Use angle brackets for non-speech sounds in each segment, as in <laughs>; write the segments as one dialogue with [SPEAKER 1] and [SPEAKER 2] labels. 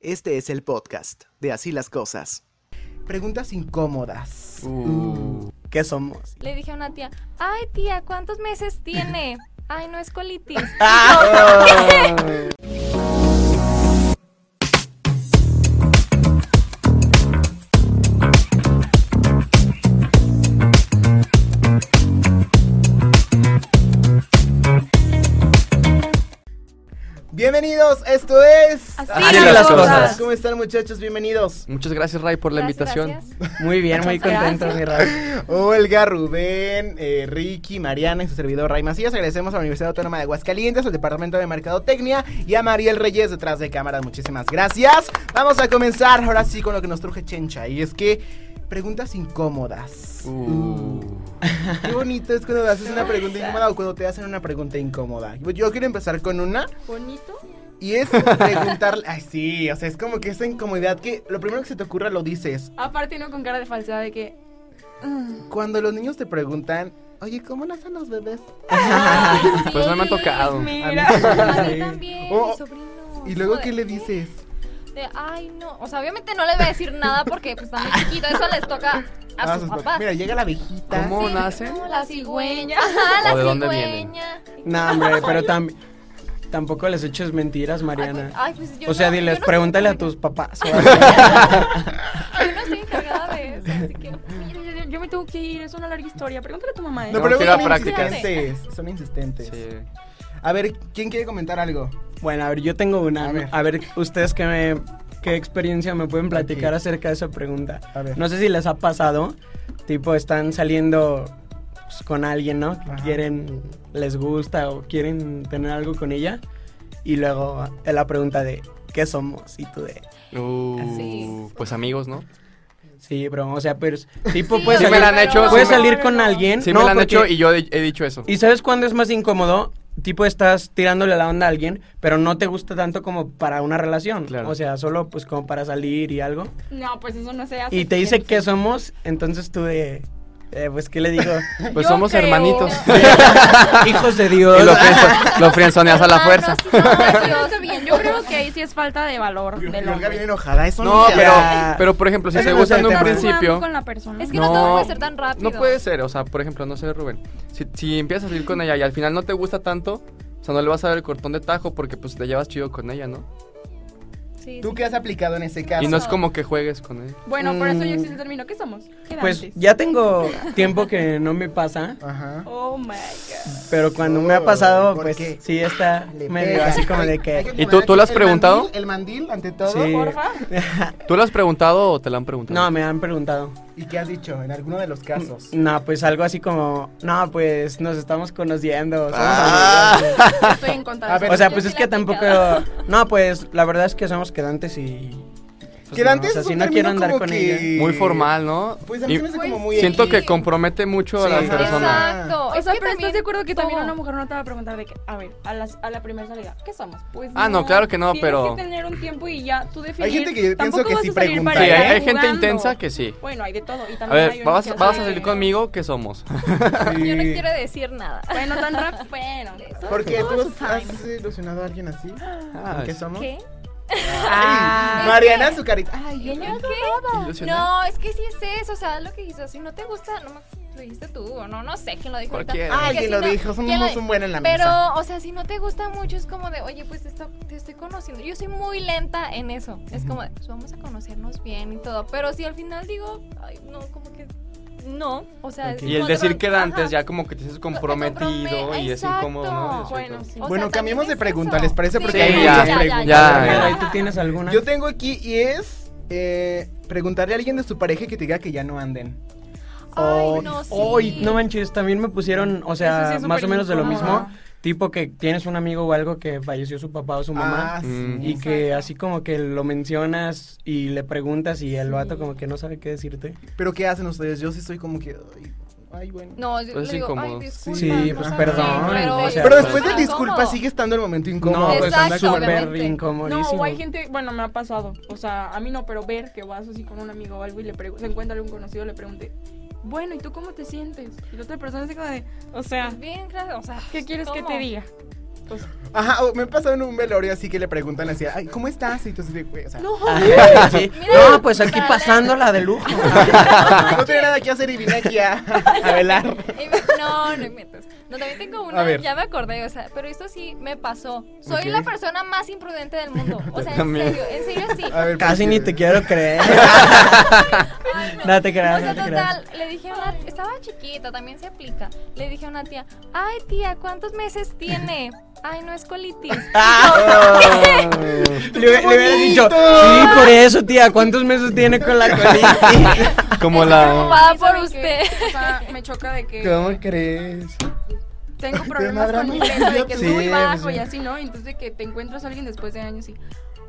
[SPEAKER 1] Este es el podcast de Así las Cosas.
[SPEAKER 2] Preguntas incómodas.
[SPEAKER 3] Uh.
[SPEAKER 2] ¿Qué somos?
[SPEAKER 4] Le dije a una tía, ay tía, ¿cuántos meses
[SPEAKER 5] <laughs>
[SPEAKER 4] tiene? Ay, no es colitis.
[SPEAKER 2] Bienvenidos, esto es...
[SPEAKER 4] Así
[SPEAKER 3] Así las las cosas. cosas.
[SPEAKER 2] ¿Cómo están muchachos? Bienvenidos.
[SPEAKER 3] Muchas gracias, Ray, por la
[SPEAKER 4] Gracias,
[SPEAKER 3] invitación.
[SPEAKER 4] gracias.
[SPEAKER 6] Muy bien, muy
[SPEAKER 4] Muchas
[SPEAKER 6] contento,
[SPEAKER 4] gracias.
[SPEAKER 6] mi Raúl.
[SPEAKER 2] Olga, Rubén, eh, Ricky, Mariana y su servidor Ray Macías. Agradecemos a la Universidad Autónoma de Aguascalientes, al Departamento de Mercadotecnia y a Mariel Reyes detrás de cámaras. Muchísimas gracias. Vamos a comenzar ahora sí con lo que nos truje Chencha y es que preguntas incómodas.
[SPEAKER 6] Uh.
[SPEAKER 3] Uh.
[SPEAKER 2] Qué bonito es cuando haces una pregunta incómoda o cuando te hacen una pregunta incómoda. Pues, Yo quiero empezar con una
[SPEAKER 4] ¿Bonito?
[SPEAKER 2] y es
[SPEAKER 4] <laughs>
[SPEAKER 2] preguntarle. Ay, sí, o sea, es como que esa incomodidad que lo primero que se te ocurra lo dices.
[SPEAKER 5] Aparte no con cara de falsedad de que
[SPEAKER 2] Cuando los niños te preguntan, oye, ¿cómo nacen los bebés?
[SPEAKER 3] Pues no me ha tocado.
[SPEAKER 4] <laughs> A
[SPEAKER 2] Sí.
[SPEAKER 4] mí también,
[SPEAKER 2] Oh,
[SPEAKER 4] mi sobrino.
[SPEAKER 2] ¿Y luego
[SPEAKER 4] Como de,
[SPEAKER 2] qué le
[SPEAKER 4] "¿Qué?".
[SPEAKER 2] dices?
[SPEAKER 4] De, ay, no. O sea, obviamente no les voy a decir nada porque pues están muy chiquitos. Eso les toca a
[SPEAKER 2] Ah,
[SPEAKER 4] sus
[SPEAKER 2] sus papás.
[SPEAKER 4] papás.
[SPEAKER 2] Mira, llega la viejita.
[SPEAKER 3] ¿Cómo
[SPEAKER 4] Sí,
[SPEAKER 3] nacen?
[SPEAKER 4] no,
[SPEAKER 5] la
[SPEAKER 4] la
[SPEAKER 5] cigüeña.
[SPEAKER 4] cigüeña. Ajá, <laughs> la
[SPEAKER 3] ¿O de dónde
[SPEAKER 4] cigüeña. <laughs>
[SPEAKER 6] No, hombre, pero tam- tampoco les eches mentiras, Mariana.
[SPEAKER 4] Ay, pues yo
[SPEAKER 6] o sea,
[SPEAKER 4] no-
[SPEAKER 6] diles,
[SPEAKER 4] yo no-
[SPEAKER 6] pregúntale a tus
[SPEAKER 4] <laughs>
[SPEAKER 6] papás. o algo.
[SPEAKER 4] Yo no estoy encargada de eso, así que...
[SPEAKER 5] "Mira, yo, yo- yo me tengo que ir, es una larga historia, pregúntale a tu mamá. ¿eh?".
[SPEAKER 2] No,
[SPEAKER 3] No,
[SPEAKER 2] pero
[SPEAKER 3] sí,
[SPEAKER 2] luego
[SPEAKER 3] la
[SPEAKER 2] son
[SPEAKER 3] práctica.
[SPEAKER 2] insistentes. Son insistentes.
[SPEAKER 3] Sí.
[SPEAKER 2] A ver, ¿quién quiere comentar algo?
[SPEAKER 6] bueno, a ver, yo tengo una.
[SPEAKER 2] A
[SPEAKER 6] A
[SPEAKER 2] ver.
[SPEAKER 6] ver, ustedes qué, me- qué experiencia me pueden platicar
[SPEAKER 2] Ok.
[SPEAKER 6] acerca de esa pregunta.
[SPEAKER 2] A ver.
[SPEAKER 6] No sé si les ha pasado, tipo, están saliendo pues, con alguien, ¿no? Que
[SPEAKER 2] Ajá.
[SPEAKER 6] quieren, les gusta o quieren tener algo con ella. Y luego eh, la pregunta de, ¿qué somos? Y tú de...
[SPEAKER 3] Uh,
[SPEAKER 4] Sí.
[SPEAKER 3] Pues amigos, ¿no?
[SPEAKER 6] Sí, bro, o sea, pero es- tipo
[SPEAKER 4] Sí,
[SPEAKER 6] puedes,
[SPEAKER 3] Sí me
[SPEAKER 6] salir,
[SPEAKER 3] la han hecho, sí
[SPEAKER 6] puedes
[SPEAKER 3] me-
[SPEAKER 6] salir con alguien.
[SPEAKER 3] Sí,
[SPEAKER 6] no,
[SPEAKER 3] me la han
[SPEAKER 6] porque-
[SPEAKER 3] hecho y yo he he dicho eso.
[SPEAKER 6] ¿Y sabes cuándo es más incómodo? Tipo estás tirándole la onda a alguien, pero no te gusta tanto como para una relación.
[SPEAKER 3] Claro.
[SPEAKER 6] O sea, solo pues como para salir y algo.
[SPEAKER 5] No, pues eso no se hace.
[SPEAKER 6] Y te dice qué somos, entonces tú de... eh, pues, ¿qué le digo?
[SPEAKER 3] Pues
[SPEAKER 5] Yo
[SPEAKER 3] somos
[SPEAKER 5] creo-
[SPEAKER 3] hermanitos.
[SPEAKER 6] Hijos de
[SPEAKER 3] Y
[SPEAKER 6] Dios.
[SPEAKER 3] lo friendzone- lo friendzoneas a la
[SPEAKER 4] Ah,
[SPEAKER 3] fuerza.
[SPEAKER 4] no, sí, no,
[SPEAKER 5] No,
[SPEAKER 4] no,
[SPEAKER 5] yo
[SPEAKER 4] yo
[SPEAKER 5] creo que
[SPEAKER 3] <laughs>
[SPEAKER 5] bien, yo creo que ahí sí es falta de valor
[SPEAKER 2] Y
[SPEAKER 5] del
[SPEAKER 2] Olga viene
[SPEAKER 5] hombre.
[SPEAKER 2] enojada. Eso
[SPEAKER 3] No,
[SPEAKER 2] se
[SPEAKER 3] pero,
[SPEAKER 2] hace.
[SPEAKER 3] pero por ejemplo, si
[SPEAKER 6] Ese
[SPEAKER 3] se
[SPEAKER 6] no es
[SPEAKER 3] gustan en un
[SPEAKER 6] el tema.
[SPEAKER 3] principio.
[SPEAKER 5] con la persona.
[SPEAKER 4] Es que no, todo puede ser tan rápido.
[SPEAKER 3] No puede ser, o sea, por ejemplo, no sé, Rubén. Si, si empiezas a salir con ella y al final no te gusta tanto, o sea, no le vas a dar el cortón de tajo porque pues te llevas chido con ella, ¿no?
[SPEAKER 4] Sí,
[SPEAKER 2] ¿Tú
[SPEAKER 4] sí.
[SPEAKER 2] qué has aplicado en ese caso?
[SPEAKER 3] Y no es como que juegues con ella.
[SPEAKER 5] Bueno, por eso yo
[SPEAKER 6] Mm.
[SPEAKER 5] existe el término. ¿Qué somos? ¿Qué
[SPEAKER 6] Pues
[SPEAKER 5] dantes?
[SPEAKER 6] ya tengo tiempo que no me pasa,
[SPEAKER 2] Ajá.
[SPEAKER 5] Oh my god.
[SPEAKER 6] pero cuando me
[SPEAKER 2] Oh,
[SPEAKER 6] ha pasado,
[SPEAKER 2] ¿por
[SPEAKER 6] pues
[SPEAKER 2] qué?
[SPEAKER 6] sí está
[SPEAKER 2] Le
[SPEAKER 6] medio
[SPEAKER 2] pega.
[SPEAKER 6] así como de
[SPEAKER 2] Hay
[SPEAKER 6] que...
[SPEAKER 3] ¿Y tú- tú lo has
[SPEAKER 2] El
[SPEAKER 3] preguntado?
[SPEAKER 2] mandil- el mandil ante todo.
[SPEAKER 6] Sí.
[SPEAKER 5] Porfa.
[SPEAKER 3] ¿Tú lo has preguntado o te la han preguntado?
[SPEAKER 6] No, me han preguntado.
[SPEAKER 2] ¿Y qué has dicho en alguno de los casos?
[SPEAKER 3] Mm,
[SPEAKER 6] No, pues algo así como, no, pues nos estamos conociendo. somos
[SPEAKER 2] Ah,
[SPEAKER 3] Ah.
[SPEAKER 6] amigos".
[SPEAKER 5] Estoy en contra de
[SPEAKER 2] A
[SPEAKER 5] eso.
[SPEAKER 2] ver,
[SPEAKER 6] o sea,
[SPEAKER 4] yo
[SPEAKER 6] pues
[SPEAKER 4] sí
[SPEAKER 6] es
[SPEAKER 4] la
[SPEAKER 6] que
[SPEAKER 4] he
[SPEAKER 6] tampoco.
[SPEAKER 4] aplicado.
[SPEAKER 6] No, pues la verdad es que somos quedantes y. pues,
[SPEAKER 2] que
[SPEAKER 6] no,
[SPEAKER 2] antes
[SPEAKER 6] O sea,
[SPEAKER 2] es
[SPEAKER 6] si
[SPEAKER 2] un
[SPEAKER 6] no quiero
[SPEAKER 2] término
[SPEAKER 6] andar
[SPEAKER 2] como
[SPEAKER 6] con
[SPEAKER 2] que-
[SPEAKER 6] ella.
[SPEAKER 3] Muy formal, ¿no?
[SPEAKER 2] Pues a mí
[SPEAKER 3] Y
[SPEAKER 2] se me hace
[SPEAKER 4] Pues
[SPEAKER 2] como muy...
[SPEAKER 4] sí.
[SPEAKER 3] siento que
[SPEAKER 4] Sí.
[SPEAKER 3] compromete mucho a
[SPEAKER 2] Sí.
[SPEAKER 3] la persona.
[SPEAKER 4] Exacto.
[SPEAKER 5] O sea,
[SPEAKER 4] Es que
[SPEAKER 5] pero estás
[SPEAKER 4] también
[SPEAKER 5] de acuerdo que también
[SPEAKER 4] todo.
[SPEAKER 5] una mujer no te va a preguntar de que, a ver, a, las- a la primera salida, ¿qué somos? Pues
[SPEAKER 3] Ah, no, claro que no,
[SPEAKER 5] tienes
[SPEAKER 3] pero-
[SPEAKER 5] que tener un tiempo y ya tú definir.
[SPEAKER 2] gente que yo pienso
[SPEAKER 5] Tampoco
[SPEAKER 2] que
[SPEAKER 5] vas
[SPEAKER 2] sí
[SPEAKER 5] a salir
[SPEAKER 2] pregunta,
[SPEAKER 5] para
[SPEAKER 3] Sí, hay,
[SPEAKER 2] ¿eh?
[SPEAKER 5] andar
[SPEAKER 3] hay gente
[SPEAKER 5] jugando.
[SPEAKER 3] intensa que sí.
[SPEAKER 5] Bueno, hay de todo. Y también
[SPEAKER 3] A ver,
[SPEAKER 5] hay unos
[SPEAKER 3] ¿vas,
[SPEAKER 5] que
[SPEAKER 3] vas a
[SPEAKER 5] hacen-
[SPEAKER 3] salir conmigo? ¿Qué somos?
[SPEAKER 4] Yo no quiero decir nada.
[SPEAKER 5] Bueno, tan rápido. <laughs> Bueno,
[SPEAKER 2] Porque tú
[SPEAKER 5] todo su
[SPEAKER 2] has- has
[SPEAKER 5] time.
[SPEAKER 2] ilusionado a alguien así.
[SPEAKER 3] Ah,
[SPEAKER 2] ¿Qué somos?
[SPEAKER 4] ¿Qué? Ah.
[SPEAKER 2] Ay, Mariana, su carita. Ay, yo
[SPEAKER 4] ¿Y yo qué?
[SPEAKER 3] ilusionado.
[SPEAKER 4] No, es que sí es eso, o sea, lo que hizo, si no te gusta, no me- lo dijiste tú, o no, no sé quién lo dijo. ahorita.
[SPEAKER 3] Cualquiera.
[SPEAKER 4] Que
[SPEAKER 2] Alguien
[SPEAKER 4] si
[SPEAKER 2] lo
[SPEAKER 4] no-
[SPEAKER 2] dijo,
[SPEAKER 4] ¿quién lo
[SPEAKER 2] somos
[SPEAKER 4] dijo?
[SPEAKER 2] un buen en la mesa.
[SPEAKER 4] Pero, o sea, si no te gusta mucho, es como de, oye, pues te, esto- te estoy conociendo. Yo soy muy lenta en eso. Es como de, "Pues vamos a conocernos bien y todo. Pero si al final digo, ay, no, como que no. O sea,
[SPEAKER 3] Y el decir que antes ya como que te sientes comprometido y es
[SPEAKER 4] Exacto.
[SPEAKER 3] incómodo, ¿no?
[SPEAKER 4] <laughs>
[SPEAKER 5] Bueno, sí.
[SPEAKER 2] Bueno, cambiemos
[SPEAKER 4] cambiamos
[SPEAKER 2] de pregunta, ¿les parece?
[SPEAKER 3] Porque hay muchas
[SPEAKER 4] preguntas.
[SPEAKER 3] Ya,
[SPEAKER 6] Pero,
[SPEAKER 3] ya.
[SPEAKER 6] ¿y ¿Tú tienes alguna?
[SPEAKER 2] Yo tengo aquí y es eh, preguntarle a alguien de su pareja que te diga que ya no anden.
[SPEAKER 4] Ay, no, sí.
[SPEAKER 6] Ay, Oh, no manches, también me pusieron,
[SPEAKER 5] Eso
[SPEAKER 6] o
[SPEAKER 5] sí
[SPEAKER 6] sea,
[SPEAKER 5] es
[SPEAKER 6] más
[SPEAKER 5] súper
[SPEAKER 6] o menos de lo
[SPEAKER 5] incómodo.
[SPEAKER 6] mismo. Tipo que tienes un amigo o algo que falleció su papá o su mamá.
[SPEAKER 2] Ah, sí.
[SPEAKER 3] Mm.
[SPEAKER 6] Y que así como que lo mencionas y le preguntas y el vato como que no sabe qué decirte.
[SPEAKER 2] Pero ¿qué hacen ustedes? Yo sí soy como que. Ay, ay, bueno.
[SPEAKER 4] No, yo
[SPEAKER 3] Pues
[SPEAKER 4] le digo,
[SPEAKER 3] incómodo.
[SPEAKER 4] ay, disculpa.
[SPEAKER 6] Sí,
[SPEAKER 4] no
[SPEAKER 6] pues,
[SPEAKER 4] sabía,
[SPEAKER 6] perdón, o sea,
[SPEAKER 2] Pero
[SPEAKER 6] pues-
[SPEAKER 2] después
[SPEAKER 4] de
[SPEAKER 2] del disculpa sigue estando el momento incómodo.
[SPEAKER 6] No, pues anda
[SPEAKER 4] Exacto,
[SPEAKER 6] súper
[SPEAKER 4] obviamente.
[SPEAKER 5] No,
[SPEAKER 6] incomodísimo.
[SPEAKER 5] o hay gente, bueno, me ha pasado. O sea, a mí no, pero ver que vas así con un amigo o algo y le pregun- se encuentra algún conocido, le pregunte, bueno, ¿y tú cómo te sientes? Y la otra persona se queda de, o sea,
[SPEAKER 4] Bien, claro, o sea,
[SPEAKER 5] ¿qué quieres
[SPEAKER 4] <laughs>
[SPEAKER 5] que
[SPEAKER 4] ¿cómo?
[SPEAKER 5] te diga?
[SPEAKER 2] O
[SPEAKER 5] pues.
[SPEAKER 2] Ajá, o me pasó en un velorio así que le preguntan así, ay, ¿cómo estás? Y tú así de, güey, o <laughs> sea, no,
[SPEAKER 6] Ajá, <laughs> sí.
[SPEAKER 4] Mira,
[SPEAKER 6] no, pues aquí
[SPEAKER 4] sale.
[SPEAKER 6] pasándola de lujo.
[SPEAKER 2] tiene nada que hacer y vine aquí a, a velar.
[SPEAKER 4] Y me- No, no inventes. No, también tengo
[SPEAKER 2] A
[SPEAKER 4] una,
[SPEAKER 2] ver.
[SPEAKER 4] ya me acordé, o sea, pero esto sí me pasó. Soy
[SPEAKER 3] Ok.
[SPEAKER 4] la persona más imprudente del mundo. O sea, en
[SPEAKER 3] También.
[SPEAKER 4] serio, en serio sí.
[SPEAKER 2] A ver, pues, eh,
[SPEAKER 6] Casi ni te quiero <laughs> creer.
[SPEAKER 4] Ay, no.
[SPEAKER 6] No te creas,
[SPEAKER 4] O sea,
[SPEAKER 6] no te
[SPEAKER 4] total, le dije a una, estaba chiquita, también se aplica. Le dije a una tía, ay tía, ¿cuántos meses tiene? Ay, no es colitis.
[SPEAKER 6] Le, le hubiera dicho, sí, por eso, tía, ¿cuántos meses tiene con <laughs> la colitis?
[SPEAKER 3] <laughs> Como
[SPEAKER 4] Estoy
[SPEAKER 3] la.
[SPEAKER 4] preocupada
[SPEAKER 5] ¿Y
[SPEAKER 4] Ah, por
[SPEAKER 5] saben
[SPEAKER 4] usted.
[SPEAKER 5] qué? O sea, me choca de que
[SPEAKER 2] ¿Cómo crees?
[SPEAKER 5] tengo
[SPEAKER 2] Te
[SPEAKER 5] problemas
[SPEAKER 2] madran
[SPEAKER 5] con mi
[SPEAKER 2] un
[SPEAKER 5] peso, de
[SPEAKER 2] día,
[SPEAKER 5] que
[SPEAKER 2] pues,
[SPEAKER 5] subo
[SPEAKER 2] sí,
[SPEAKER 5] y bajo
[SPEAKER 2] pues,
[SPEAKER 5] y
[SPEAKER 2] sí.
[SPEAKER 5] así, ¿no? Y Entonces de que te encuentras a alguien después de años y,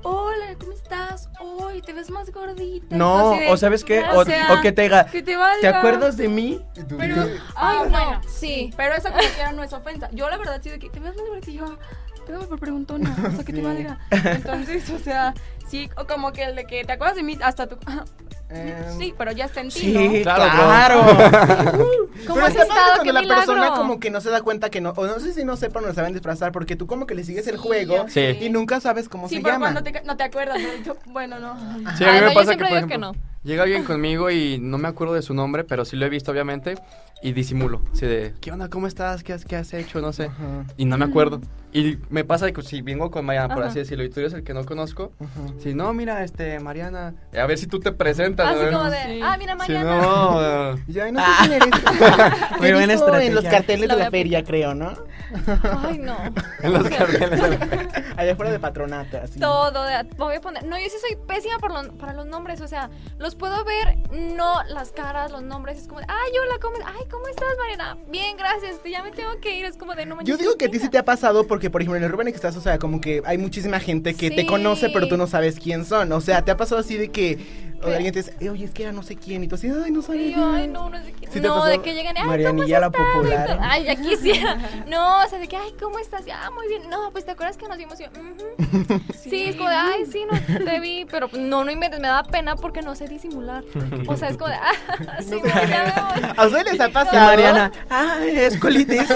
[SPEAKER 5] hola, ¿cómo estás? Hoy te ves más gordita.
[SPEAKER 6] No,
[SPEAKER 5] Entonces,
[SPEAKER 6] o sabes qué,
[SPEAKER 5] o
[SPEAKER 6] o,
[SPEAKER 5] sea,
[SPEAKER 6] o que te diga,
[SPEAKER 5] que te valga.
[SPEAKER 6] ¿te acuerdas de mí?
[SPEAKER 5] Pero,
[SPEAKER 4] Ay,
[SPEAKER 5] ah,
[SPEAKER 4] no,
[SPEAKER 5] bueno,
[SPEAKER 4] sí.
[SPEAKER 5] Pero esa como quiera no es ofensa. Yo la verdad sí de que te ves más gordita y yo, pégame por preguntona, o sea, que te valga. Entonces, o sea, sí, o como que el de que te acuerdas de mí hasta tu...
[SPEAKER 2] em,
[SPEAKER 5] Sí, pero ya está en ti, ¿no?
[SPEAKER 6] Em, Sí,
[SPEAKER 3] Claro,
[SPEAKER 6] claro.
[SPEAKER 4] ¿Cómo
[SPEAKER 2] Pero
[SPEAKER 4] has
[SPEAKER 2] está padre
[SPEAKER 4] estado?
[SPEAKER 2] cuando
[SPEAKER 4] ¡Qué
[SPEAKER 2] la persona
[SPEAKER 4] milagro!
[SPEAKER 2] como que no se da cuenta que no, o no sé si no sepan o lo saben disfrazar, porque tú como que le sigues el
[SPEAKER 5] Sí,
[SPEAKER 2] juego
[SPEAKER 5] ya
[SPEAKER 3] Sí.
[SPEAKER 5] sé.
[SPEAKER 2] y nunca sabes cómo
[SPEAKER 5] Sí,
[SPEAKER 2] se
[SPEAKER 5] pero
[SPEAKER 2] llama.
[SPEAKER 5] cuando te, no te acuerdas, ¿no? Y tú, bueno, no.
[SPEAKER 3] Sí, a mí
[SPEAKER 4] Ay, no,
[SPEAKER 3] me
[SPEAKER 4] yo
[SPEAKER 3] pasa que,
[SPEAKER 4] siempre
[SPEAKER 3] por
[SPEAKER 4] digo que
[SPEAKER 3] ejemplo, llega alguien conmigo y no me acuerdo de su nombre, pero sí lo he visto, obviamente, y disimulo. Así de, ¿qué onda? ¿Cómo estás? ¿Qué has, qué has hecho? No sé.
[SPEAKER 2] Ajá,
[SPEAKER 3] Y no me acuerdo. Y me pasa que si vengo con Mariana, por
[SPEAKER 5] Ajá.
[SPEAKER 3] así decirlo, y tú eres el que no conozco,
[SPEAKER 2] ajá.
[SPEAKER 3] si no, mira, este, Mariana, a ver si tú te presentas.
[SPEAKER 4] Así
[SPEAKER 3] ¿no?
[SPEAKER 4] como de,
[SPEAKER 5] Sí.
[SPEAKER 4] ah, mira,
[SPEAKER 3] Si
[SPEAKER 4] mañana.
[SPEAKER 3] no, eh,
[SPEAKER 2] Y yo, ay, no sé quién
[SPEAKER 6] <laughs>
[SPEAKER 2] eres. Te
[SPEAKER 6] Ah. Muy
[SPEAKER 2] he
[SPEAKER 6] buena
[SPEAKER 2] visto en
[SPEAKER 6] estrategia.
[SPEAKER 2] los carteles de
[SPEAKER 4] La voy
[SPEAKER 2] la
[SPEAKER 4] a
[SPEAKER 2] feria, creo, ¿no?
[SPEAKER 4] Ay, no.
[SPEAKER 3] en los
[SPEAKER 4] O sea,
[SPEAKER 3] carteles.
[SPEAKER 2] Allá afuera de patronato, así.
[SPEAKER 4] Todo, de- voy a poner. No, yo sí soy pésima por los- para los nombres, o sea, los puedo ver, no las caras, los nombres. Es como, de, ay, hola, ¿cómo, ay, ¿cómo estás, Mariana? Bien, gracias, te- ya me tengo que ir. Es como de, no manches.
[SPEAKER 2] Yo digo que a ti sí te
[SPEAKER 4] Cristina".
[SPEAKER 2] ha pasado porque, por ejemplo, en el Rubén que estás, o sea, como que hay muchísima gente que te
[SPEAKER 4] Sí.
[SPEAKER 2] conoce, pero tú no sabes quién son. O sea, te ha pasado así de que o
[SPEAKER 4] ¿Qué?
[SPEAKER 2] alguien te dice, eh, oye, es que era no sé quién, y tú así, ay, no sabes.
[SPEAKER 4] Sí, ay, no, no, es de que,
[SPEAKER 2] Sí te
[SPEAKER 4] no,
[SPEAKER 2] pasó,
[SPEAKER 4] de que llegan, ay,
[SPEAKER 6] Marianilla la
[SPEAKER 4] ¿cómo estás?
[SPEAKER 6] popular.
[SPEAKER 4] Ay, ya quisiera. <laughs> No, o sea, de que, ay, ¿cómo estás? Y, Ah, muy bien. No, pues, ¿te acuerdas que nos vimos? Y yo,
[SPEAKER 2] <laughs>
[SPEAKER 4] "Ujú". sí. es como de, ay, sí, no, te vi, pero pues, no, no inventes, me da pena porque no sé disimular. O sea, es como
[SPEAKER 2] <laughs>
[SPEAKER 4] de, <laughs> ah, sí, no, ya me voy.
[SPEAKER 2] ¿A ustedes les ha
[SPEAKER 6] Y
[SPEAKER 2] pasado?
[SPEAKER 6] Mariana, ah, es colitis.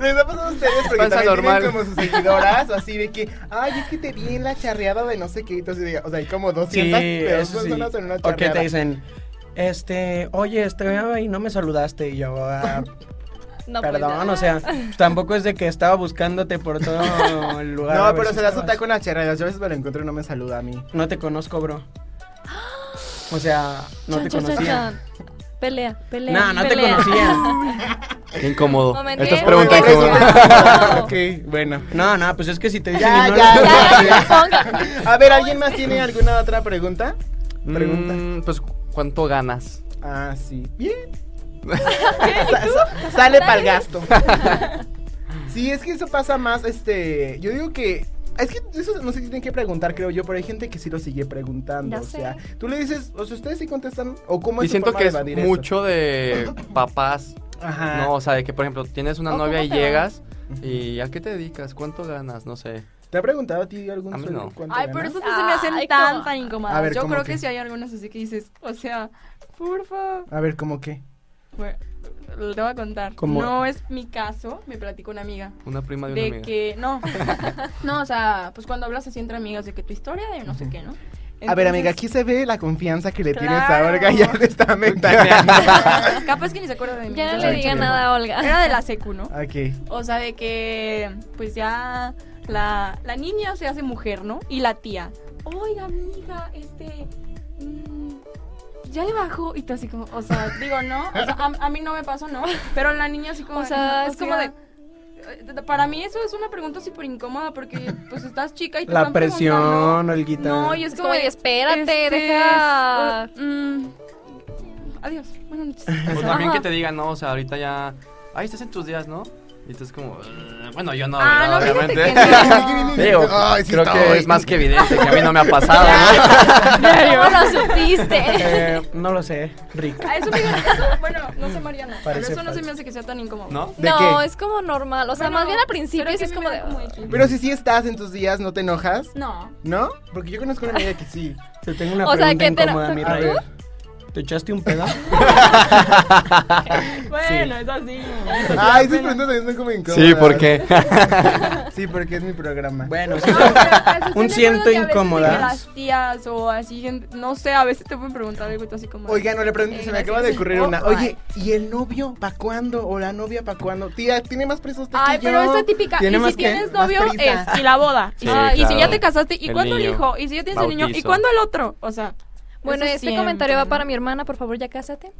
[SPEAKER 2] Les ha pasado a ustedes porque
[SPEAKER 3] Pasa
[SPEAKER 2] también
[SPEAKER 3] normal.
[SPEAKER 2] tienen como sus seguidoras, así de que, ay, es que te vi en la charreada de no sé qué, y tú así de, o sea, hay como 200 pero
[SPEAKER 6] eso <laughs> sí.
[SPEAKER 2] personas en una
[SPEAKER 6] O que
[SPEAKER 2] charreada.
[SPEAKER 6] te dicen, este, oye, este, y no me saludaste. Y yo, "Ah,
[SPEAKER 4] No, pues,
[SPEAKER 6] perdón,
[SPEAKER 4] ya.
[SPEAKER 6] o sea, pues, tampoco es de que estaba buscándote por todo el lugar. a
[SPEAKER 2] No,
[SPEAKER 6] ver
[SPEAKER 2] pero
[SPEAKER 6] si
[SPEAKER 2] se las
[SPEAKER 6] estabas".
[SPEAKER 2] ataca con las charreadas. Yo a veces me lo encuentro y no me saluda a mí.
[SPEAKER 6] No te conozco, bro. O sea, no
[SPEAKER 4] Chan,
[SPEAKER 6] te
[SPEAKER 4] chan, chan,
[SPEAKER 6] conocía.
[SPEAKER 4] chan. Pelea, pelea.
[SPEAKER 6] No, no te
[SPEAKER 4] pelea.
[SPEAKER 5] <laughs>
[SPEAKER 6] conocía.
[SPEAKER 3] Qué incómodo.
[SPEAKER 4] Momentito.
[SPEAKER 3] Estas preguntas
[SPEAKER 4] Por eso
[SPEAKER 3] incómodas.
[SPEAKER 4] No.
[SPEAKER 2] ok, bueno.
[SPEAKER 6] No, no, pues es que si te dicen
[SPEAKER 2] Ya,
[SPEAKER 6] y no
[SPEAKER 2] ya,
[SPEAKER 6] lo-
[SPEAKER 4] Ya, no la ponga.
[SPEAKER 2] A ver, ¿alguien más tiene alguna otra pregunta? Pregunta.
[SPEAKER 3] Mm, pues, ¿cuánto ganas?
[SPEAKER 2] Ah, sí. Bien. Sa- sa- sale para el gasto. sí, es que eso pasa más, este, yo digo que es que eso no se tienen que preguntar, creo yo, pero hay gente que sí lo sigue preguntando.
[SPEAKER 4] Ya
[SPEAKER 2] o
[SPEAKER 4] sé.
[SPEAKER 2] sea, tú le dices, o sea, ustedes sí contestan, o cómo es
[SPEAKER 3] Y
[SPEAKER 2] su
[SPEAKER 3] siento
[SPEAKER 2] forma
[SPEAKER 3] que
[SPEAKER 2] de
[SPEAKER 3] es
[SPEAKER 2] evadir eso?
[SPEAKER 3] mucho de papás.
[SPEAKER 2] Ajá.
[SPEAKER 3] No, o sea, de que, por ejemplo, tienes una
[SPEAKER 4] ¿O
[SPEAKER 3] novia
[SPEAKER 4] cómo
[SPEAKER 3] y
[SPEAKER 4] te va?
[SPEAKER 3] llegas. ¿Y a qué te dedicas? ¿Cuánto ganas? No sé.
[SPEAKER 2] ¿Te ha preguntado a ti algún
[SPEAKER 3] A mí
[SPEAKER 2] sueldo?
[SPEAKER 3] no.
[SPEAKER 2] ¿Cuánto
[SPEAKER 5] Ay,
[SPEAKER 2] ganas?
[SPEAKER 5] pero eso no se me hacen
[SPEAKER 4] Ay,
[SPEAKER 5] tan,
[SPEAKER 4] ¿cómo?
[SPEAKER 5] tan incómodas.
[SPEAKER 2] A ver,
[SPEAKER 5] Yo
[SPEAKER 2] ¿cómo
[SPEAKER 5] creo
[SPEAKER 2] qué?
[SPEAKER 5] que sí hay algunas así que dices, o sea, porfa.
[SPEAKER 2] A ver, ¿cómo qué?
[SPEAKER 5] Bueno, lo te voy a contar.
[SPEAKER 6] ¿Cómo?
[SPEAKER 5] No es mi caso, me platicó una amiga.
[SPEAKER 3] Una prima de una
[SPEAKER 5] De
[SPEAKER 3] amiga.
[SPEAKER 5] que,
[SPEAKER 2] <laughs>
[SPEAKER 5] no, no, o sea, pues cuando hablas así entre amigas de que tu historia de no sé qué, ¿no?
[SPEAKER 2] a ver,
[SPEAKER 5] Entonces,
[SPEAKER 2] amiga, aquí se ve la confianza que le tienes a
[SPEAKER 5] Claro.
[SPEAKER 2] Olga ya te está
[SPEAKER 3] <laughs>
[SPEAKER 2] ventaneando.
[SPEAKER 5] <laughs> Capaz que ni se acuerda de mí.
[SPEAKER 6] <laughs>
[SPEAKER 4] Ya no
[SPEAKER 5] Yo
[SPEAKER 4] le
[SPEAKER 5] soy
[SPEAKER 4] diga
[SPEAKER 5] chiquita.
[SPEAKER 4] nada a Olga.
[SPEAKER 5] Era de la secu,
[SPEAKER 2] Ah,
[SPEAKER 5] ¿no?
[SPEAKER 2] ok.
[SPEAKER 5] O sea, de que, pues ya la, la niña se hace mujer, ¿no? Y la tía, oiga, amiga, este. mm, ya le bajó. Y tú así como, o sea, digo, no. O sea, a, a mí no me pasó, no. Pero la niña así como.
[SPEAKER 4] O sea, es como
[SPEAKER 5] de. Eh, Para mí eso es una pregunta súper incómoda porque, pues, estás chica y te
[SPEAKER 6] <laughs> La
[SPEAKER 5] están preguntando.
[SPEAKER 6] presión, Olguita.
[SPEAKER 5] No, y es,
[SPEAKER 4] Es como de, espérate,
[SPEAKER 5] este,
[SPEAKER 4] deja.
[SPEAKER 5] o- mm, adiós. Buenas noches.
[SPEAKER 3] <laughs> O
[SPEAKER 5] sea,
[SPEAKER 3] también
[SPEAKER 5] ajá.
[SPEAKER 3] que te digan, no, o sea, ahorita ya. Ahí estás en tus días, ¿no? Y tú es como. "Eh, Bueno, yo no,
[SPEAKER 5] Ah, no,
[SPEAKER 3] ¿verdad?
[SPEAKER 2] <laughs>
[SPEAKER 5] fíjate
[SPEAKER 3] obviamente. <laughs>
[SPEAKER 5] que no.
[SPEAKER 3] Digo,
[SPEAKER 2] Ay, sí
[SPEAKER 3] creo
[SPEAKER 2] está
[SPEAKER 3] que
[SPEAKER 2] hoy.
[SPEAKER 3] es más que evidente que a mí no me
[SPEAKER 2] <laughs>
[SPEAKER 3] ha pasado, ¿no?
[SPEAKER 4] ¿Cómo lo supiste?
[SPEAKER 6] Eh, no lo sé, Rick.
[SPEAKER 5] A eso, fíjate, eso, bueno, no sé, Mariana. pero
[SPEAKER 6] Parece
[SPEAKER 5] eso no se
[SPEAKER 6] falso.
[SPEAKER 5] me hace que sea tan incómodo.
[SPEAKER 3] ¿No?
[SPEAKER 2] ¿De
[SPEAKER 4] no,
[SPEAKER 2] qué?
[SPEAKER 4] es como normal. O sea,
[SPEAKER 5] Bueno,
[SPEAKER 4] más bien al
[SPEAKER 5] pero
[SPEAKER 4] principio sí
[SPEAKER 5] que
[SPEAKER 4] es
[SPEAKER 5] a mí
[SPEAKER 4] como
[SPEAKER 5] me
[SPEAKER 4] de. "Oh,
[SPEAKER 5] da X.
[SPEAKER 2] Pero si sí estás en tus días, ¿no te enojas?
[SPEAKER 5] No.
[SPEAKER 2] ¿No? Porque yo conozco una amiga que sí.
[SPEAKER 6] Te tengo una
[SPEAKER 4] O sea,
[SPEAKER 6] pregunta
[SPEAKER 4] que te-
[SPEAKER 6] incómoda, mi
[SPEAKER 2] A
[SPEAKER 6] rey.
[SPEAKER 2] ver.
[SPEAKER 6] ¿Te echaste un pedazo?
[SPEAKER 5] Bueno, es así.
[SPEAKER 2] Ay, esas preguntas también son como incómodas.
[SPEAKER 3] Sí, ¿por qué?
[SPEAKER 2] Sí, porque es mi programa.
[SPEAKER 6] <laughs> bueno, sí.
[SPEAKER 5] No, pero eso sí
[SPEAKER 6] Un
[SPEAKER 5] me acuerdo
[SPEAKER 6] siento
[SPEAKER 5] que a veces
[SPEAKER 6] incómoda.
[SPEAKER 5] de que Las tías o así, en- no sé, a veces te pueden preguntar algo y tú así como.
[SPEAKER 2] Oiga, no le pregunté,
[SPEAKER 5] Eh,
[SPEAKER 2] se me
[SPEAKER 5] gracias.
[SPEAKER 2] acaba de ocurrir
[SPEAKER 5] Oh,
[SPEAKER 2] una.
[SPEAKER 5] ay.
[SPEAKER 2] Oye, ¿y el novio pa' cuándo? ¿O la novia pa' cuándo? Tía, tiene más prisa usted
[SPEAKER 5] Ay,
[SPEAKER 2] que yo.
[SPEAKER 5] pero esa típica.
[SPEAKER 6] Tiene
[SPEAKER 5] Y
[SPEAKER 6] más
[SPEAKER 5] si
[SPEAKER 6] que-
[SPEAKER 5] tienes
[SPEAKER 2] más
[SPEAKER 5] novio
[SPEAKER 2] prisa.
[SPEAKER 5] es. Y la boda.
[SPEAKER 7] Sí,
[SPEAKER 5] Ah, Y si
[SPEAKER 7] claro.
[SPEAKER 5] ya te casaste. ¿Y
[SPEAKER 7] El
[SPEAKER 5] cuándo el
[SPEAKER 7] niño.
[SPEAKER 5] hijo? Y si ya tienes el niño. ¿Y
[SPEAKER 7] Bautizo.
[SPEAKER 5] cuándo el otro? O sea.
[SPEAKER 4] Bueno,
[SPEAKER 5] eso
[SPEAKER 4] este
[SPEAKER 5] siempre,
[SPEAKER 4] comentario va
[SPEAKER 5] ¿no?
[SPEAKER 4] para mi hermana, por favor, ya cásate.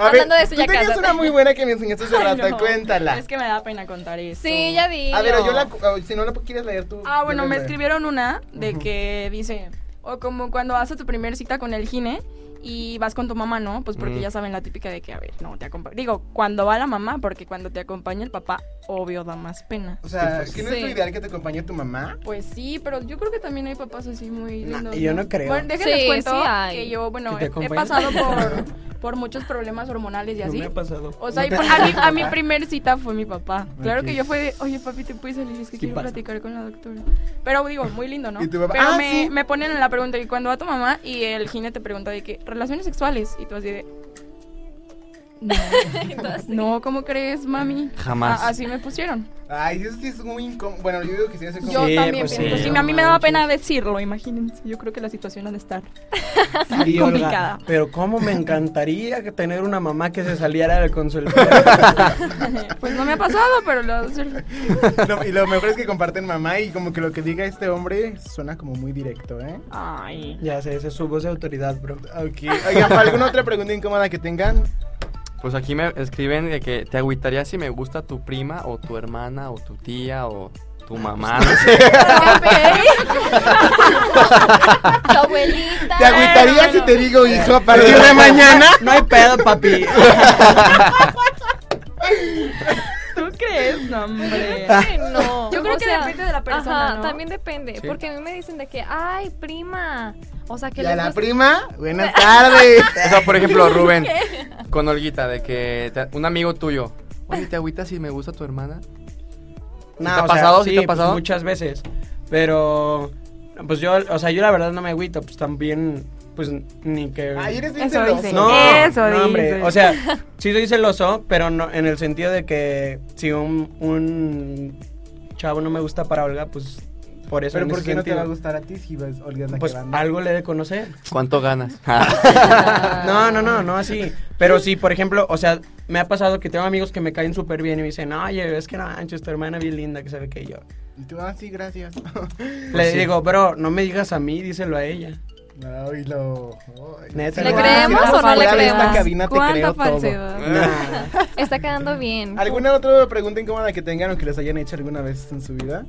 [SPEAKER 2] A ver,
[SPEAKER 4] hablando de eso,
[SPEAKER 2] tú
[SPEAKER 4] ya
[SPEAKER 2] tenías
[SPEAKER 4] cásate.
[SPEAKER 2] una muy buena que me enseñaste hace
[SPEAKER 5] <laughs> Ay,
[SPEAKER 2] rato,
[SPEAKER 5] no.
[SPEAKER 2] cuéntala.
[SPEAKER 5] Es que me da pena contar eso.
[SPEAKER 4] Sí, ya di.
[SPEAKER 2] A ver, o yo la, o si no la quieres leer tú.
[SPEAKER 5] Ah, bueno,
[SPEAKER 2] yo
[SPEAKER 5] me
[SPEAKER 2] la leo.
[SPEAKER 5] escribieron una de que dice, o como cuando vas a tu primera cita con el gine y vas con tu mamá, ¿no? Pues porque
[SPEAKER 3] Mm.
[SPEAKER 5] ya saben la típica de que, a ver, no, te acompaño. Digo, cuando va la mamá, porque cuando te acompaña el papá, obvio, da más pena.
[SPEAKER 2] O sea, ¿qué no es tu
[SPEAKER 4] Sí.
[SPEAKER 2] ideal que te acompañe tu mamá?
[SPEAKER 5] Pues sí, pero yo creo que también hay papás así muy
[SPEAKER 6] Nah,
[SPEAKER 5] lindos,
[SPEAKER 6] yo no creo.
[SPEAKER 5] Bueno, déjenles
[SPEAKER 4] Sí,
[SPEAKER 5] cuento
[SPEAKER 4] sí hay.
[SPEAKER 5] que yo, bueno,
[SPEAKER 6] Que te
[SPEAKER 5] he, he
[SPEAKER 6] acompañen.
[SPEAKER 5] pasado por,
[SPEAKER 6] <laughs>
[SPEAKER 5] por muchos problemas hormonales y
[SPEAKER 6] No
[SPEAKER 5] así.
[SPEAKER 6] me ha pasado.
[SPEAKER 5] O sea,
[SPEAKER 2] ¿No
[SPEAKER 5] y
[SPEAKER 2] te
[SPEAKER 5] por- a,
[SPEAKER 2] pasó
[SPEAKER 5] mi,
[SPEAKER 2] tu
[SPEAKER 5] a mi
[SPEAKER 2] papá?
[SPEAKER 5] primer cita fue mi papá. Claro
[SPEAKER 2] Ok.
[SPEAKER 5] que yo fue de, oye papi, te puedes salir, es que
[SPEAKER 6] Sí
[SPEAKER 5] quiero
[SPEAKER 6] pasa.
[SPEAKER 5] platicar con la doctora. Pero digo, muy lindo, ¿no?
[SPEAKER 2] Y tu papá,
[SPEAKER 5] Pero
[SPEAKER 2] "Ah,
[SPEAKER 5] me,
[SPEAKER 2] sí".
[SPEAKER 5] me ponen en la pregunta, y cuando va tu mamá y el gine te pregunta de que, relaciones sexuales, y tú así de... No, no, ¿cómo crees, mami?
[SPEAKER 3] Jamás.
[SPEAKER 5] A- así me pusieron.
[SPEAKER 2] Ay, eso sí es muy incómodo. Bueno, yo digo que sí, es como.
[SPEAKER 5] Yo
[SPEAKER 6] Sí,
[SPEAKER 5] también.
[SPEAKER 6] pues
[SPEAKER 5] Pues,
[SPEAKER 6] sí.
[SPEAKER 5] sí,
[SPEAKER 6] No
[SPEAKER 5] a mí me daba pena decirlo, imagínense. Yo creo que la situación ha de estar <laughs>
[SPEAKER 6] Sí, Olga,
[SPEAKER 5] complicada.
[SPEAKER 6] pero cómo me encantaría que tener una mamá que se saliera
[SPEAKER 5] <laughs>
[SPEAKER 6] del consultorio.
[SPEAKER 5] pues no me ha pasado, pero lo ha de ser.
[SPEAKER 2] Lo- y lo mejor es que comparten mamá y como que lo que diga este hombre suena como muy directo, ¿eh?
[SPEAKER 5] Ay.
[SPEAKER 6] ya sé, ese es su voz de autoridad, bro.
[SPEAKER 2] Ok. Oigan, ¿para ¿alguna otra pregunta incómoda que tengan?
[SPEAKER 3] <laughs> Pues aquí me escriben de que te agüitaría si me gusta tu prima o tu hermana o tu tía o tu
[SPEAKER 2] Ah,
[SPEAKER 3] mamá. No
[SPEAKER 2] pues,
[SPEAKER 3] sé.
[SPEAKER 4] <laughs>
[SPEAKER 5] ¿eh?
[SPEAKER 4] Tu abuelita.
[SPEAKER 2] ¿Te agüitaría si te digo hijo a partir
[SPEAKER 6] <laughs>
[SPEAKER 2] de mañana?
[SPEAKER 6] No hay pedo, papi.
[SPEAKER 5] ¿Tú crees? No, hombre.
[SPEAKER 4] Ay, no.
[SPEAKER 5] Yo creo
[SPEAKER 4] O
[SPEAKER 5] que
[SPEAKER 4] sea,
[SPEAKER 5] depende de la persona,
[SPEAKER 4] Ajá,
[SPEAKER 5] ¿no?
[SPEAKER 4] también depende. Porque a mí me dicen de que, ay, prima. O sea, que
[SPEAKER 2] ¿Y a
[SPEAKER 4] les
[SPEAKER 2] la
[SPEAKER 4] gusta-
[SPEAKER 2] prima? Buenas tardes.
[SPEAKER 3] <laughs> O sea, por ejemplo, Rubén, con Olguita, de que te- un amigo tuyo. Oye, ¿te agüitas si me gusta tu hermana?
[SPEAKER 6] No,
[SPEAKER 3] ¿Sí te ha pasado? ¿Sí
[SPEAKER 6] sí,
[SPEAKER 3] te ha
[SPEAKER 6] pues,
[SPEAKER 3] pasado?
[SPEAKER 6] muchas veces. Pero, pues yo, o sea, yo la verdad no me agüito, pues también, pues ni
[SPEAKER 2] <laughs>
[SPEAKER 6] que...
[SPEAKER 2] Ay, Ah, eres bien
[SPEAKER 5] Eso
[SPEAKER 2] celoso.
[SPEAKER 5] dice.
[SPEAKER 6] No,
[SPEAKER 5] Eso
[SPEAKER 6] no, hombre.
[SPEAKER 5] dice.
[SPEAKER 6] O sea, sí soy celoso, pero no en el sentido de que si un, un chavo no me gusta para Olga, pues por eso.
[SPEAKER 2] Pero
[SPEAKER 6] en
[SPEAKER 2] ¿por
[SPEAKER 6] ese
[SPEAKER 2] qué no te va a
[SPEAKER 6] sentido.
[SPEAKER 2] gustar a ti si vas Olga es la
[SPEAKER 6] Pues
[SPEAKER 2] que va a-
[SPEAKER 6] algo le he de conocer.
[SPEAKER 3] ¿Cuánto ganas? <laughs> Ah,
[SPEAKER 6] No, no, no, no así. Pero sí, por ejemplo, o sea, me ha pasado que tengo amigos que me caen súper bien y me dicen, oye, es que no, manches, tu hermana es bien linda que sabe que yo.
[SPEAKER 2] Y tú, ah, sí, gracias. <laughs>
[SPEAKER 6] le
[SPEAKER 4] Pues
[SPEAKER 3] sí.
[SPEAKER 6] digo, bro, no me digas a mí, díselo a ella.
[SPEAKER 2] Ay, lo. ay.
[SPEAKER 6] Neta,
[SPEAKER 4] ¿Le
[SPEAKER 6] no.
[SPEAKER 4] creemos
[SPEAKER 2] Si
[SPEAKER 4] o no le
[SPEAKER 2] fuera de
[SPEAKER 4] creemos?
[SPEAKER 2] esta cabina te
[SPEAKER 5] ¿Cuánta
[SPEAKER 2] creo todo.
[SPEAKER 5] falsedad?
[SPEAKER 4] Ah. <laughs> Está quedando bien.
[SPEAKER 2] ¿Alguna otra pregunta incómoda que tengan o que les hayan hecho alguna vez en su vida?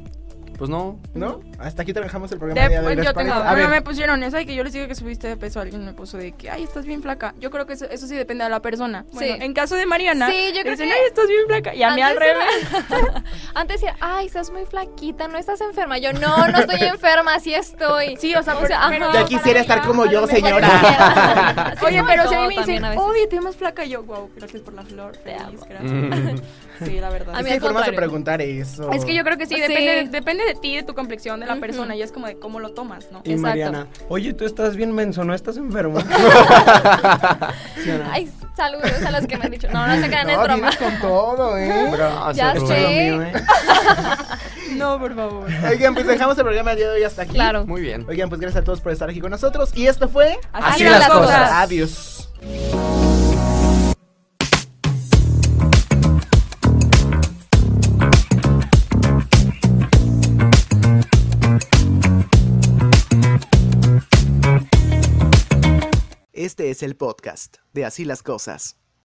[SPEAKER 3] Pues
[SPEAKER 5] <laughs>
[SPEAKER 3] no.
[SPEAKER 2] ¿No? Hasta aquí trabajamos el programa de, hoy, ¿les
[SPEAKER 5] Después pues, yo
[SPEAKER 2] parece?
[SPEAKER 5] tengo,
[SPEAKER 2] A
[SPEAKER 5] bueno, me
[SPEAKER 2] ver,
[SPEAKER 5] pusieron esa y que yo les digo que subiste de peso, alguien me puso de que, ay, estás bien flaca. Yo creo que eso, eso sí depende de la persona. Bueno,
[SPEAKER 4] Sí.
[SPEAKER 5] en caso de Mariana,
[SPEAKER 4] Sí, yo
[SPEAKER 5] le
[SPEAKER 4] creo
[SPEAKER 5] dicen,
[SPEAKER 4] que-
[SPEAKER 5] ay, estás bien flaca. Y a mí al
[SPEAKER 4] Antes era-
[SPEAKER 5] revés.
[SPEAKER 4] <laughs> Antes era, ay, estás muy flaquita, no estás enferma. Yo, no, no estoy enferma, sí estoy.
[SPEAKER 5] <laughs> Sí, o sea, pero- pero
[SPEAKER 4] ajá.
[SPEAKER 5] yo
[SPEAKER 2] Ya quisiera estar como yo, señora. <laughs>
[SPEAKER 4] Sí,
[SPEAKER 5] Oye,
[SPEAKER 4] no,
[SPEAKER 5] pero si a
[SPEAKER 4] todo
[SPEAKER 5] mí me
[SPEAKER 4] también
[SPEAKER 5] dicen,
[SPEAKER 4] a veces.
[SPEAKER 5] oye, te más flaca, yo, wow, gracias por la flor.
[SPEAKER 4] Te
[SPEAKER 5] feliz,
[SPEAKER 4] amo.
[SPEAKER 3] Mm. <laughs>
[SPEAKER 5] gracias. sí, la verdad.
[SPEAKER 2] es
[SPEAKER 4] A mí
[SPEAKER 2] que hay
[SPEAKER 4] al
[SPEAKER 2] formas de
[SPEAKER 4] contrario.
[SPEAKER 2] preguntar eso.
[SPEAKER 5] Es que yo creo que sí,
[SPEAKER 4] Sí.
[SPEAKER 5] Depende, de, depende de ti, de tu complexión, de la
[SPEAKER 4] Ujú.
[SPEAKER 5] persona, y es como de cómo lo tomas, ¿no?
[SPEAKER 6] Y
[SPEAKER 4] Exacto.
[SPEAKER 6] Mariana, oye, tú estás bien menso, no
[SPEAKER 4] <laughs>
[SPEAKER 6] estás enfermo. ¿Sí o no?
[SPEAKER 4] Ay, saludos a los que me han dicho. No, no
[SPEAKER 2] <laughs>
[SPEAKER 4] se crean,
[SPEAKER 2] No,
[SPEAKER 4] es broma.
[SPEAKER 2] vienes con todo, ¿eh?
[SPEAKER 3] Brazos,
[SPEAKER 4] Ya
[SPEAKER 6] Eso
[SPEAKER 3] Rubén.
[SPEAKER 6] es lo
[SPEAKER 4] sé.
[SPEAKER 6] mío, ¿eh?
[SPEAKER 5] No, por favor.
[SPEAKER 2] Oigan, pues dejamos el programa de hoy hasta aquí.
[SPEAKER 4] Claro.
[SPEAKER 3] Muy bien.
[SPEAKER 2] Oigan, pues gracias a todos por estar aquí con nosotros. Y esto fue.
[SPEAKER 5] Así,
[SPEAKER 4] eran las
[SPEAKER 5] las cosas.
[SPEAKER 4] cosas.
[SPEAKER 2] Adiós.
[SPEAKER 1] Este es el podcast de Así las Cosas.